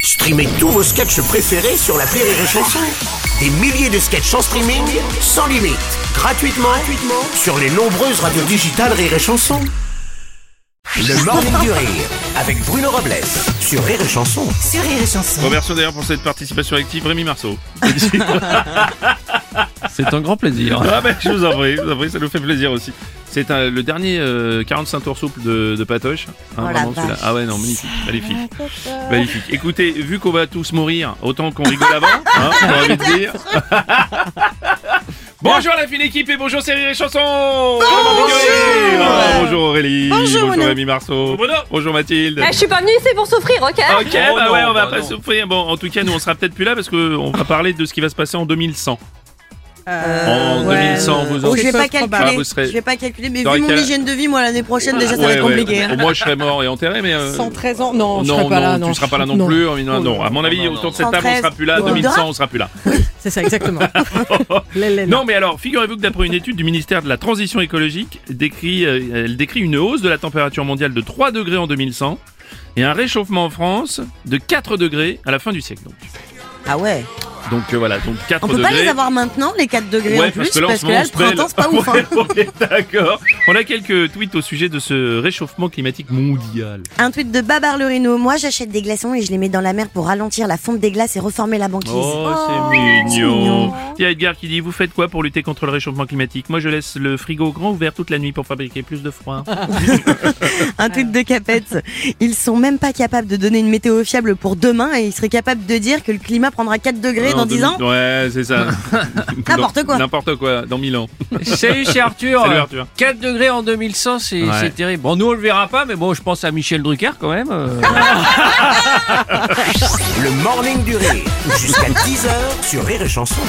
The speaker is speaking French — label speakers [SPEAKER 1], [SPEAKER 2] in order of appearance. [SPEAKER 1] Streamez tous vos sketchs préférés sur la Rire et Chanson. Des milliers de sketchs en streaming, sans limite, gratuitement, gratuitement sur les nombreuses radios digitales Rire et Chanson. Le Morning du Rire avec Bruno Robles sur Rire et Chanson.
[SPEAKER 2] sur Rire et Chanson.
[SPEAKER 3] Remercions d'ailleurs pour cette participation active Rémi Marceau.
[SPEAKER 4] C'est un grand plaisir.
[SPEAKER 3] Ah ben, je vous en prie, je vous en prie, ça nous fait plaisir aussi. C'est un- le dernier euh, 45 tours souples de, de Patoche. Hein,
[SPEAKER 2] Oh la
[SPEAKER 3] vraiment, celui-là.
[SPEAKER 2] vache.
[SPEAKER 3] ah ouais, non, magnifique, magnifique. Magnifique. Écoutez, vu qu'on va tous mourir, autant qu'on rigole avant, hein, j'ai envie de dire. bonjour la fine équipe et bonjour Série et Chansons Bonjour Ah, Bonjour Aurélie Bonjour, Rémi Marceau Bonjour Mathilde
[SPEAKER 5] Eh, je suis pas venue ici pour souffrir, ok
[SPEAKER 3] Ok, bah ouais, on va pas souffrir. Bon, en tout cas, nous, on sera peut-être plus là parce que on va parler de ce qui va se passer en 2100. en 2100, vous
[SPEAKER 6] Euh, Oh,
[SPEAKER 3] en
[SPEAKER 6] je vais pas calculer.
[SPEAKER 3] Ah, vous serez-
[SPEAKER 6] Je vais pas calculer, mais
[SPEAKER 3] Dans
[SPEAKER 6] vu mon
[SPEAKER 3] quel-
[SPEAKER 6] hygiène de vie, moi l'année prochaine déjà ça
[SPEAKER 3] Ouais,
[SPEAKER 6] va être
[SPEAKER 3] ouais.
[SPEAKER 6] compliqué. hein.
[SPEAKER 3] Au moins, je serais mort et enterré, mais. euh,
[SPEAKER 7] 113 ans Non, je serai
[SPEAKER 3] non,
[SPEAKER 7] pas là.
[SPEAKER 3] non,
[SPEAKER 7] Non,
[SPEAKER 3] tu seras pas là non,
[SPEAKER 7] Non.
[SPEAKER 3] plus. Non, non, à mon avis, autour de cette table, on
[SPEAKER 6] 113,
[SPEAKER 3] sera plus là.
[SPEAKER 6] on
[SPEAKER 3] 2100,
[SPEAKER 6] dort.
[SPEAKER 3] on sera plus là.
[SPEAKER 7] C'est ça, exactement.
[SPEAKER 3] Non, mais alors, figurez-vous que d'après une étude du ministère de la Transition écologique, décrit, euh, elle décrit une hausse de la température mondiale de 3 degrés en 2100 et un réchauffement en France de 4 degrés à la fin du siècle. Donc,
[SPEAKER 6] Ah ouais.
[SPEAKER 3] donc euh, voilà, donc 4
[SPEAKER 6] On peut
[SPEAKER 3] degrés.
[SPEAKER 6] pas les avoir maintenant, les 4 degrés
[SPEAKER 3] Ouais,
[SPEAKER 6] en plus,
[SPEAKER 3] parce que là, en ce moment, on
[SPEAKER 6] le
[SPEAKER 3] se pèle.
[SPEAKER 6] printemps c'est pas ouf. hein.
[SPEAKER 3] Ouais, on est d'accord. On a quelques tweets au sujet de ce réchauffement climatique mondial.
[SPEAKER 6] Un tweet de Babar Le Rhino. Moi j'achète des glaçons et je les mets dans la mer pour ralentir la fonte des glaces et reformer la banquise.
[SPEAKER 3] Oh, c'est mignon. Il y a Edgar qui dit Vous faites quoi pour lutter contre le réchauffement climatique Moi, je laisse le frigo grand ouvert toute la nuit pour fabriquer plus de froid.
[SPEAKER 6] Un tweet de Capette. Ils sont même pas capables de donner une météo fiable pour demain et ils seraient capables de dire que le climat prendra 4 degrés dans 10 ans.
[SPEAKER 3] Ouais, c'est ça.
[SPEAKER 6] N'importe
[SPEAKER 3] Dans-
[SPEAKER 6] quoi.
[SPEAKER 3] N'importe quoi, dans 1000 ans.
[SPEAKER 4] Salut, c'est Arthur.
[SPEAKER 3] Salut, Arthur.
[SPEAKER 4] 4 degrés en 2100, c'est
[SPEAKER 3] Ouais.
[SPEAKER 4] c'est terrible. Bon, nous, on le verra pas, mais bon, je pense à Michel Drucker quand même. euh.
[SPEAKER 1] Le Morning du Rire jusqu'à 10h sur Rire et Chanson.